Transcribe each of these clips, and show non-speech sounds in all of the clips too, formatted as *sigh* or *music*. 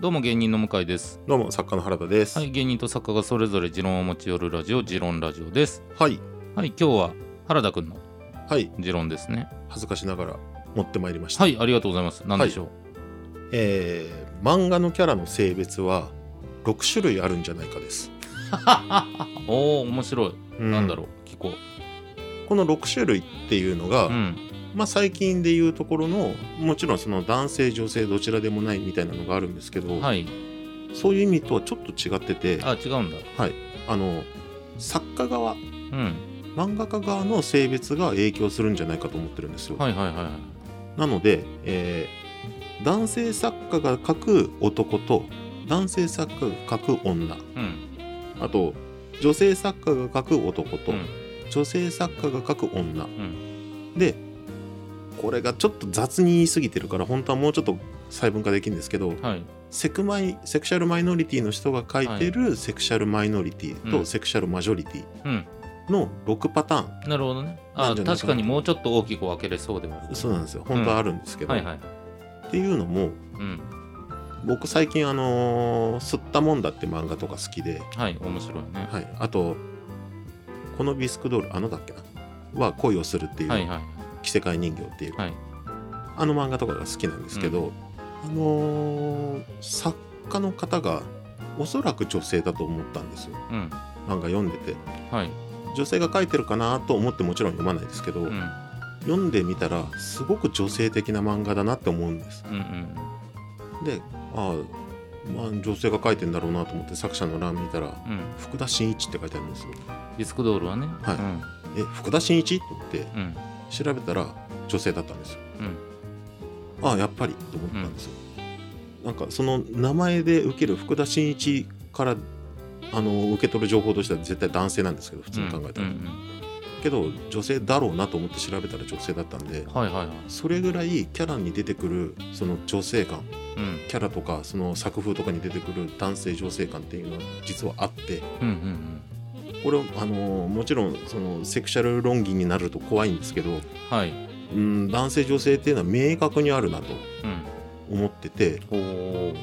どうも芸人の向井です。どうも作家の原田です。ははい、い、芸人と作家がそれぞれ持論を持ち寄るラジオ、持論ラジオです。はい、はい、今日は原田くんの持論ですね。恥ずかしながら持ってまいりました。はい、ありがとうございます。何でしょえー漫画のキャラの性別は6種類あるんじゃないかです。う。おお、面白い。うなんだろう、聞ここの6種類っていうのが、う。うん。まあ、最近でいうところのもちろんその男性女性どちらでもないみたいなのがあるんですけど、はい。そういう意味とはちょっと違っててああ、違うんだ。の作家側うん。漫画家側の性別が影響するんじゃないかと思ってるんですよ。はいはいはいはい。なので、えー男性作家が書く男と男性作家が書く女うん。あと女性作家が書く男と、うん女性作家が書く女うん。でこれがちょっと雑に言い過ぎてるから本当はもうちょっと細分化できるんですけど、はい。セクマイセクシャルマイノリティの人が書いてるセクシャルマイノリティうとんセクシャルマジョリティうん。の6パターン、なるほどね。なあ、んじゃないかな確かにもうちょっと大きく分けれそうではある。そうなんですよ本当はあるんですけど、はいはい。っていうのもうん。僕最近あのー吸ったもんだ」って漫画とか好きで、はい、面白いね。はい、あと「このビスクドールあのだっけな」は恋をするっていう、はいはい。着せ替え人形っていう、はいあの漫画とかが好きなんですけど、あのー作家の方がおそらく女性だと思ったんですようん。漫画読んでてはい。女性が書いてるかなと思ってもちろん読まないですけど、うん。うん読んでみたらすごく女性的な漫画だなって思うんですうん。でああまあ女性が書いてんだろうなと思って作者の欄見たうらん。福田真一って書いてあるんですよ。ディスクドールはね。はいえ福田真一と思ってうん。うん。調べたら女性だったんですよ。うん。ああやっぱりと思ったんですよ。なんかその名前で受ける福田真一からあの受け取る情報としては絶対男性なんですけど普通に考えたら、うんうんけど女性だろうなと思って調べたら女性だったんでうんはいはいはい、それぐらいキャラに出てくるその女性感うんキャラとかその作風とかに出てくる男性女性感っていうのは実はあってうんうんこれあのもちろんそのセクシャル論議になると怖いんですけどうんはいうん男性女性っていうのは明確にあるなとうん思ってておー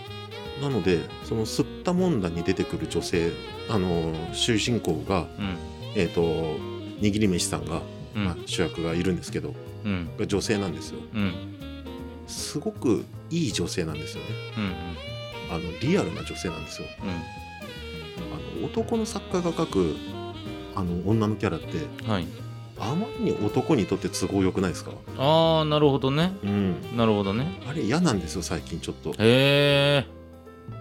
なのでその吸ったもんだに出てくる女性あの終身公がうんえっ、と握り飯さんが、うまあん主役がいるんですけどうんが女性なんですようんうんすごくいい女性なんですよねうんあのリアルな女性なんですようあの男の作家が描くあの女のキャラってんはいあまりに男にとって都合良くないですかああなるほどねうんなるほどねあれ嫌なんですよ最近ちょっとへえ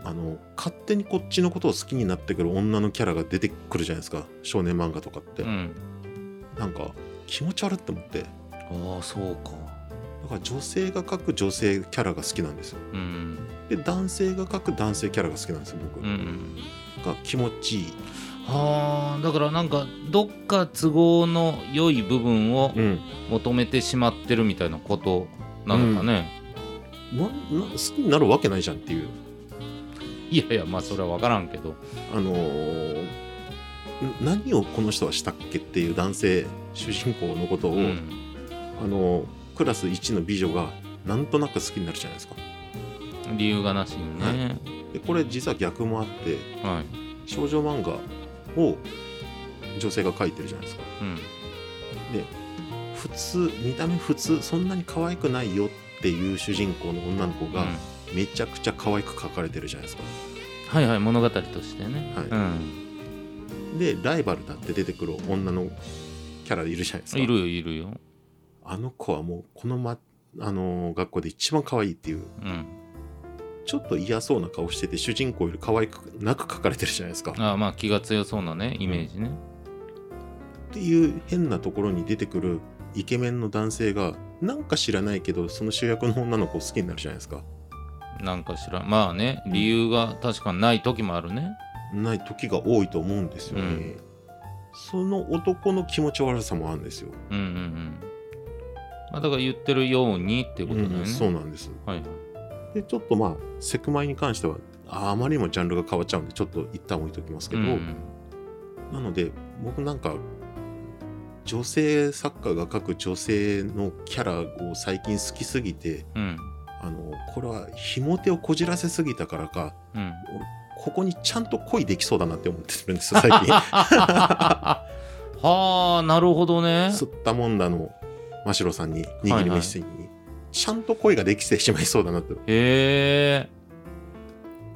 あの勝手にこっちのことを好きになってくる女のキャラが出てくるじゃないですか少年漫画とかって、うんなんか気持ち悪って思ってだああそうかから女性が描く女性キャラが好きなんですようんで男性が描く男性キャラが好きなんですよ僕、うんうんが気持ちいい、はあだからなんかどっか都合の良い部分をうん、求めてしまってるみたいなことなのかね、なな好きになるわけないじゃんっていういやいやまあそれは分からんけどあのーん何をこの人はしたっけっていう男性主人公のことを、うんあのークラス1の美女がなんとなく好きになるじゃないですか理由がなしにねでこれ実は逆もあってはい、少女漫画を女性が描いてるじゃないですかうん普通見た目普通そんなに可愛くないよっていう主人公の女の子がうんめちゃくちゃ可愛く描かれてるじゃないですかはいはい物語としてね、はいうん、でライバルだって出てくる女のキャラいるじゃないですかいるよいるよ、あの子はもうこの、まあのー学校で一番可愛いっていううん、ちょっと嫌そうな顔してて主人公より可愛くなく描かれてるじゃないですかっああまあ気が強そうなねイメージね、ていう変なところに出てくるイケメンの男性がなんか知らないけどその主役の女の子を好きになるじゃないですかなんか知らんまあねうん理由が確かにない時もあるねない時が多いと思うんですよね、うんその男の気持ち悪さもあるんですよ、うんうんうんまあだから言ってるようにってことだよね、うんそうなんですはいはいでちょっとまあセクマイに関してはああまりにもジャンルが変わっちゃうんでちょっと一旦置いときますけうど、んなので僕なんか女性作家が描く女性のキャラを最近好きすぎてうんあのこれはひも手をこじらせすぎたからかうん、ここにちゃんと恋できそうだなって思ってるんですよ最 *laughs* 近はあなるほどね吸ったもんだの真城さんに握り飯に、ちゃんと恋ができてしまいそうだなってへえ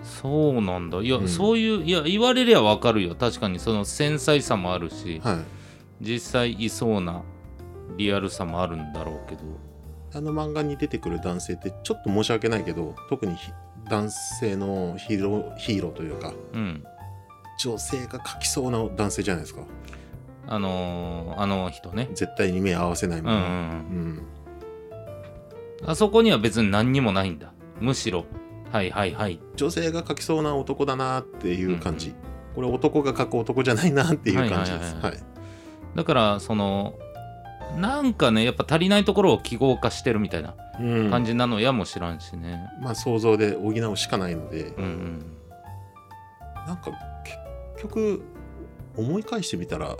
そうなんだいや、うんそういういや言われりゃわかるよ確かにその繊細さもあるしはい実際いそうなリアルさもあるんだろうけどあの漫画に出てくる男性ってちょっと申し訳ないけど特にひ男性のヒーローヒーローというかうん女性が描きそうな男性じゃないですかあのーあの人ね絶対に目合わせないうんもうんの、うんあそこには別に何にもないんだむしろはいはいはい女性が描きそうな男だなっていう感じ、これ男が描く男じゃないなっていう感じですはいははいだからそのなんかねやっぱ足りないところを記号化してるみたいなうん感じなのやも知らんしねまあ想像で補うしかないので、うんうんなんか結局思い返してみたら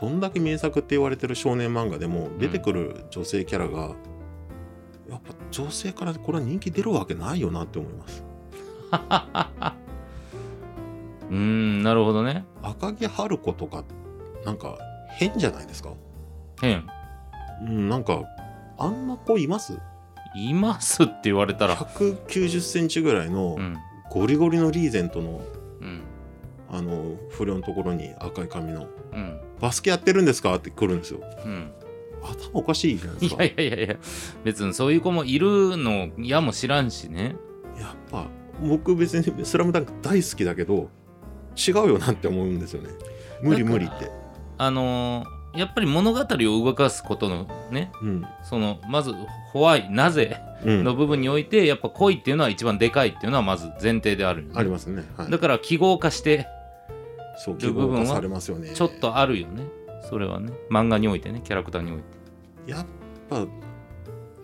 どんだけ名作って言われてる少年漫画でも出てくる女性キャラが、やっぱ女性からこれは人気出るわけないよなって思いますうーんなるほどね赤木春子とかなんか変じゃないですか変うんなんかあんな子いますいますって言われたら1 9 0ンチぐらいのうんゴリゴリのリーゼントのうんあの不良のところに赤い髪のうん「バスケやってるんですか?」って来るんですようん頭おかしいじゃないでいすかやいやいやいや別にそういう子もいるのやも知らんしねやっぱ僕別に「スラムダンク大好きだけど違うよなって思うんですよね無理無理って、あのーやっぱり物語を動かすことのねうんそのまずホワイなぜうん、の部分においてやっぱ恋っていうのは一番でかいっていうのはまず前提であるよねありますねはいだから記号化してそうという記部号分は化されますよねちょっとあるよねそれはね漫画においてねキャラクターにおいてやっぱ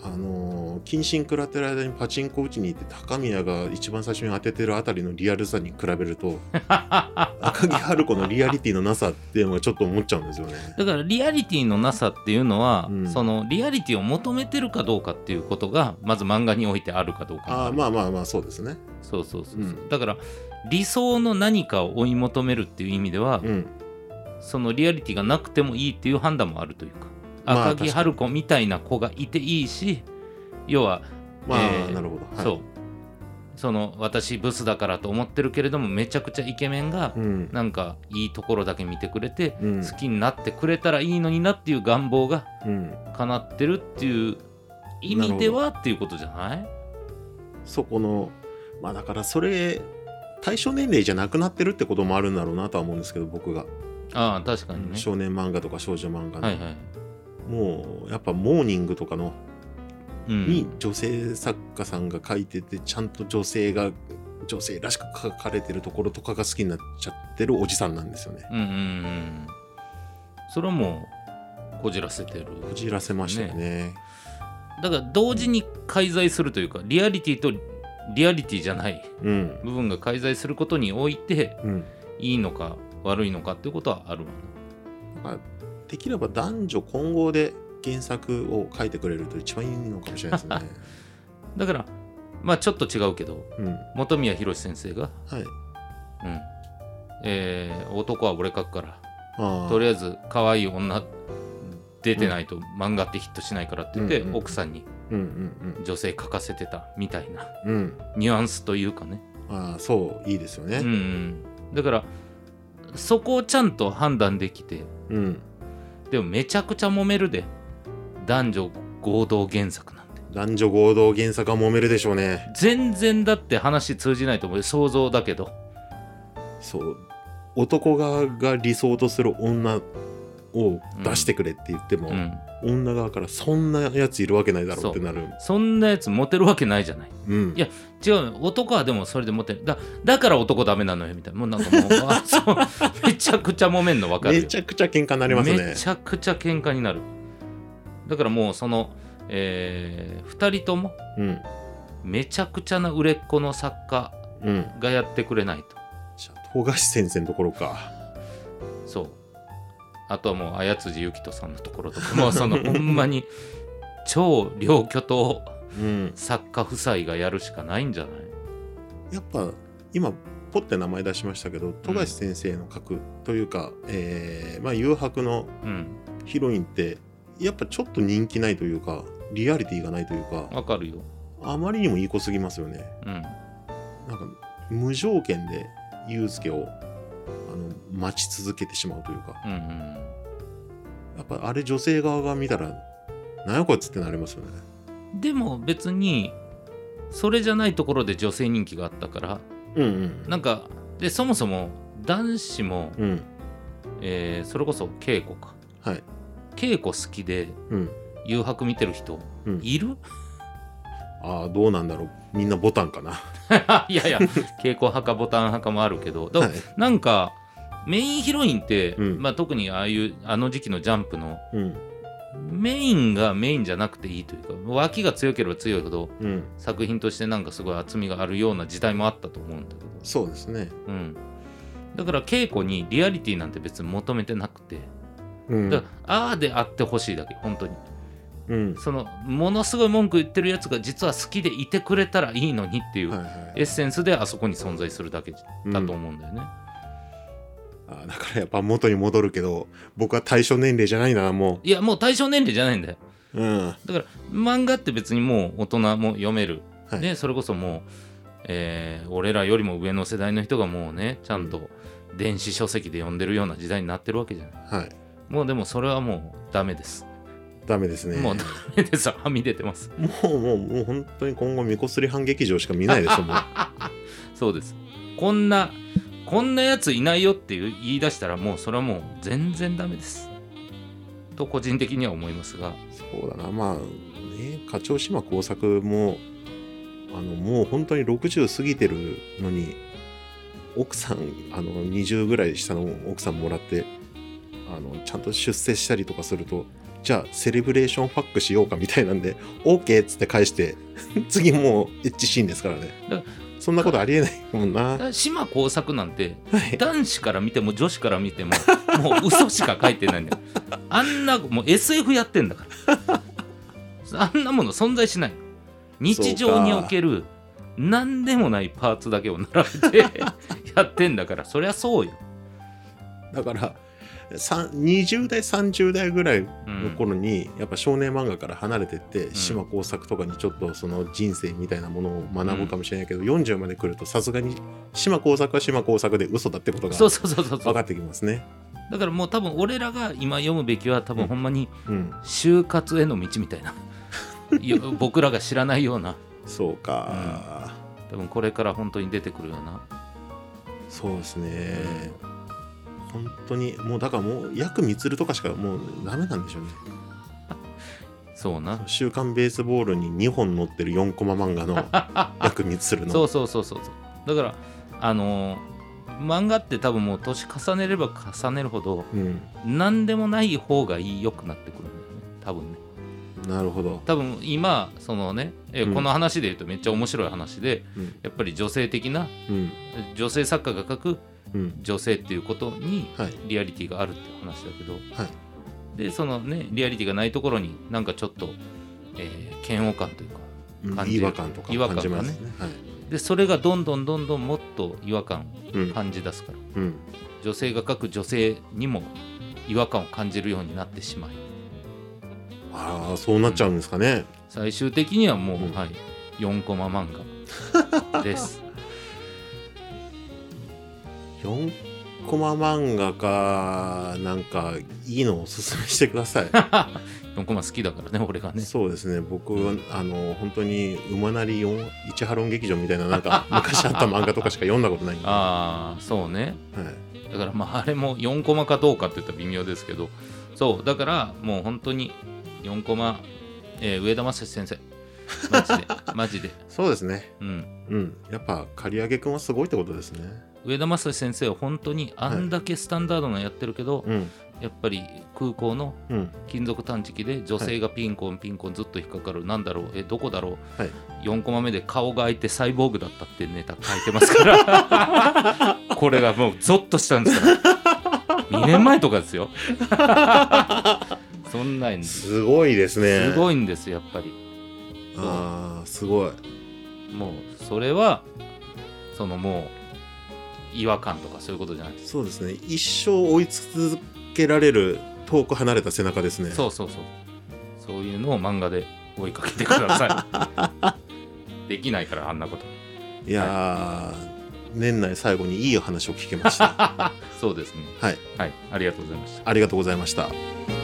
あのー謹慎食らってる間にパチンコ打ちに行って高宮が一番最初に当ててるあたりのリアルさに比べ *laughs* ると赤木春子のリアリティのなさっていうのはちょっと思っちゃうんです *laughs* よねだからリアリティのなさっていうのは、うんそのリアリティを求めてるかどうかっていうことがまず漫画においてあるかどうかああまあまあまあそうですねそうそうそうそう、うんだから理想の何かを追い求めるっていう意味では、うんそのリアリティがなくてもいいっていう判断もあるというかまあ赤木春子みたいな子がいていいし要は、まあ、えーなるほど、はい、そうその私ブスだからと思ってるけれどもめちゃくちゃイケメンが、うんなんかいいところだけ見てくれて、うん好きになってくれたらいいのになっていう願望がうん叶ってるっていう意味ではっていうことじゃないそこのまあだからそれ対象年齢じゃなくなってるってこともあるんだろうなとは思うんですけど僕が、ああ確かにね。少年漫画とか少女漫画の、はいはい。もうやっぱモーニングとかの、うんに女性作家さんが書いててちゃんと女性が女性らしく書かれてるところとかが好きになっちゃってるおじさんなんですよね。うんうんうん。それはもうこじらせてる。こじらせましたよね。だから同時に介在するというかリアリティとリアリティじゃないうん。部分が介在することにおいてうん。いいのか悪いのかっていうことはあるわね。まあ、できれば男女混合で原作を書いてくれると一番いいのかもしれないで *laughs* すね。だからまあちょっと違うけどうん。本宮博先生が、はうい。んえー男は俺描くからああとりあえず可愛い女出てないと漫画ってヒットしないからって言って、うんうん奥さんにうんうん女性描かせてたみたいなうん。うん。ニュアンスというかね、ああそういいですようんうね。ん、だからそこをちゃんと判断できてうん。でもめちゃくちゃ揉めるで男女合同原作なんて男女合同原作は揉めるでしょうね。全然だって話通じないと思うよ想像だけどそう。男側が理想とする女を出してくれって言っても、うん女側からそんなやついるわけないだろそううってなる。そんなやつモテるわけないじゃないうんい。や違うの男はでもそれでモテるだだから男ダメなのよみたいなもうなんかもうあそうめちゃくちゃ揉めんの分かるよめちゃくちゃ喧嘩になりますねめ。ちゃくちゃ喧嘩になるだからもうその、え2人ともうん。めちゃくちゃな売れっ子の作家うん。がやってくれないとじゃあ、富樫先生のところか。そうあとはもう *laughs* 綾辻ゆきとさんのところとかもうそのほんまに超両巨頭うん、作家夫妻がやるしかないんじゃないやっぱ今ポって名前出しましたけど富樫先生の書くというか、えーまあ、誘白のうんヒロインってやっぱちょっと人気ないというかリアリティがないというかわかるよあまりにもいい子すぎますよねうんなんか無条件で祐介をあの待ち続けてしまうというかうんうんやっぱあれ女性側が見たら「なんやこいつ」ってなりますよねでも別にそれじゃないところで女性人気があったからうんうんなんかでそもそも男子も、うんえーそれこそ稽古かはい稽古好きでうん誘白見てる人、うんいる *laughs* ああどうなんだろうみんなボタンかな、いやいや稽古派かボタン派かもあるけどでもはいなんかメインヒロインって、うんまあ、特にああいうあの時期のジャンプのうんメインがメインじゃなくていいというか脇が強ければ強いほどうん作品としてなんかすごい厚みがあるような時代もあったと思うんだけどそうですね、うん、だから稽古にリアリティなんて別に求めてなくて、うんだからああであってほしいだけ本当にうんそのものすごい文句言ってるやつが実は好きでいてくれたらいいのにっていう、はいはいエッセンスであそこに存在するだけだうんと思うんだよね、あだからやっぱ元に戻るけど僕は対象年齢じゃないなもいやもう対象年齢じゃないんだよううんだから漫画って別にもう大人も読める、はいね、それこそもう、えー俺らよりも上の世代の人がもうねちゃんと電子書籍で読んでるような時代になってるわけじゃないはいもうでもそれはもうダメですダメですねもうダメです。はみ出てます。もうもうもう本当に今後みこすり反劇場しか見ないでしょ *laughs* もうそうです。こんな、こんなやついないよっていう言い出したら、もうそれはもう全然ダメです。と個人的には思いますが、そうだなまあね課長島耕作もあのもう本当に60過ぎてるのに奥さんあの20ぐらい下の奥さんもらってあのちゃんと出世したりとかするとじゃあセレブレーションファックしようかみたいなんで OK っつって返して *laughs* 次もうエッチシーンですからねだそんなことありえないもんなだから島耕作なんて、はい男子から見ても女子から見ても、もう嘘しか書いてないんだよ。あんな、もう SF やってんだから。あんなもの存在しない。日常における、何でもないパーツだけを並べてやってんだから、そりゃそうよ。だからさん20代30代ぐらいうんの頃にやっぱ少年漫画から離れてって、ん島耕作とかにちょっとその人生みたいなものを学ぶかもしれないけど、40まで来るとさすがに島耕作は島耕作で嘘だってことがそうそうそうそうそ分うかってきますね。だからもう多分俺らが今読むべきは多う分んほんまにうん、就活への道みたい *laughs* ないや僕らが知らないようなそうか、多分これから本当に出てくるようなそうですね、本当にもうだからもうヤクミツルとかしかもうダメなんでしょうねそう「な週刊ベースボール」に2本載ってる4コマ *laughs* 漫画のヤクミツルのそうそうそうそうそうだからあのー漫画って多分もう年重ねれば重ねるほどうん、何でもない方がいい良くなってくるんだよね多分ねなるほど、多分今そのねえうんこの話で言うとめっちゃ面白い話でうんやっぱり女性的なうん女性作家が書くうん、女性っていうことにはいリアリティがあるっていう話だけど、はいでそのねリアリティがないところになんかちょっと、えー嫌悪感というかうん感じ違和感とか違和感感じますね。はいでそれがどんどんどんどんもっと違和感をうん感じ出すから、うん、女性が書く女性にも違和感を感じるようになってしまいああそうなっちゃうんですかね。最終的にはもう、うんはい、4コマ漫 *laughs* 画です *laughs* 4コマ漫画かなんかいいのをおすすめしてください。 4コマ好きだからね俺がねそうです *laughs* ね僕はあの本当に「馬なり4一ハロン劇場」みたいななんか *laughs* 昔あった漫画とかしか読んだことないんで、はああそうねい、だからまああれも4コマかどうかって言ったら微妙ですけどそうだからもう本当に4コマ、えー上田正史先生マジで *laughs* マジで、そうですねうん、うんやっぱ刈り上げくんはすごいってことですね。上田正史先生は本当にあんだけスタンダードなのやってるけど、うんやっぱり空港のうん金属探知機で女性がピンコンピンコンずっと引っかかる、なんだろうえどこだろう、はい4コマ目で顔が開いてサイボーグだったってネタ書いてますから *laughs* これがもうゾッとしたんですよ2年前とかですよそんなんすすごいですね。ごいんですやっぱりけどああすごいもうそれはそのもう違和感とかそういうことじゃないですそうですね一生追い続けられる遠く離れた背中ですねそうそうそうそういうのを漫画で追いかけてくださ *laughs* いできないからあんなこといやー、年内最後にいいお話を聞けましたそうですねはいはいありがとうございましたありがとうございました